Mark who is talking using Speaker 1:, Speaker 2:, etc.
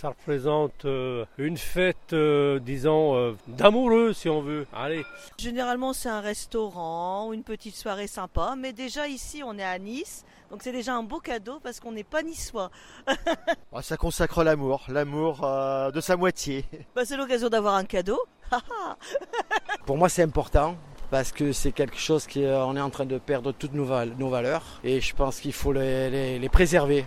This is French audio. Speaker 1: Ça représente euh, une fête, euh, disons, euh, d'amoureux si on veut. Allez.
Speaker 2: Généralement, c'est un restaurant ou une petite soirée sympa. Mais déjà ici, on est à Nice. Donc c'est déjà un beau cadeau parce qu'on n'est pas niçois.
Speaker 3: Ah, Ça consacre l'amour, l'amour euh, de sa moitié.
Speaker 2: Bah, c'est l'occasion d'avoir un cadeau.
Speaker 4: Pour moi, c'est important parce que c'est quelque chose euh, qu'on est en train de perdre toutes nos, val- nos valeurs et je pense qu'il faut les- les- les préserver.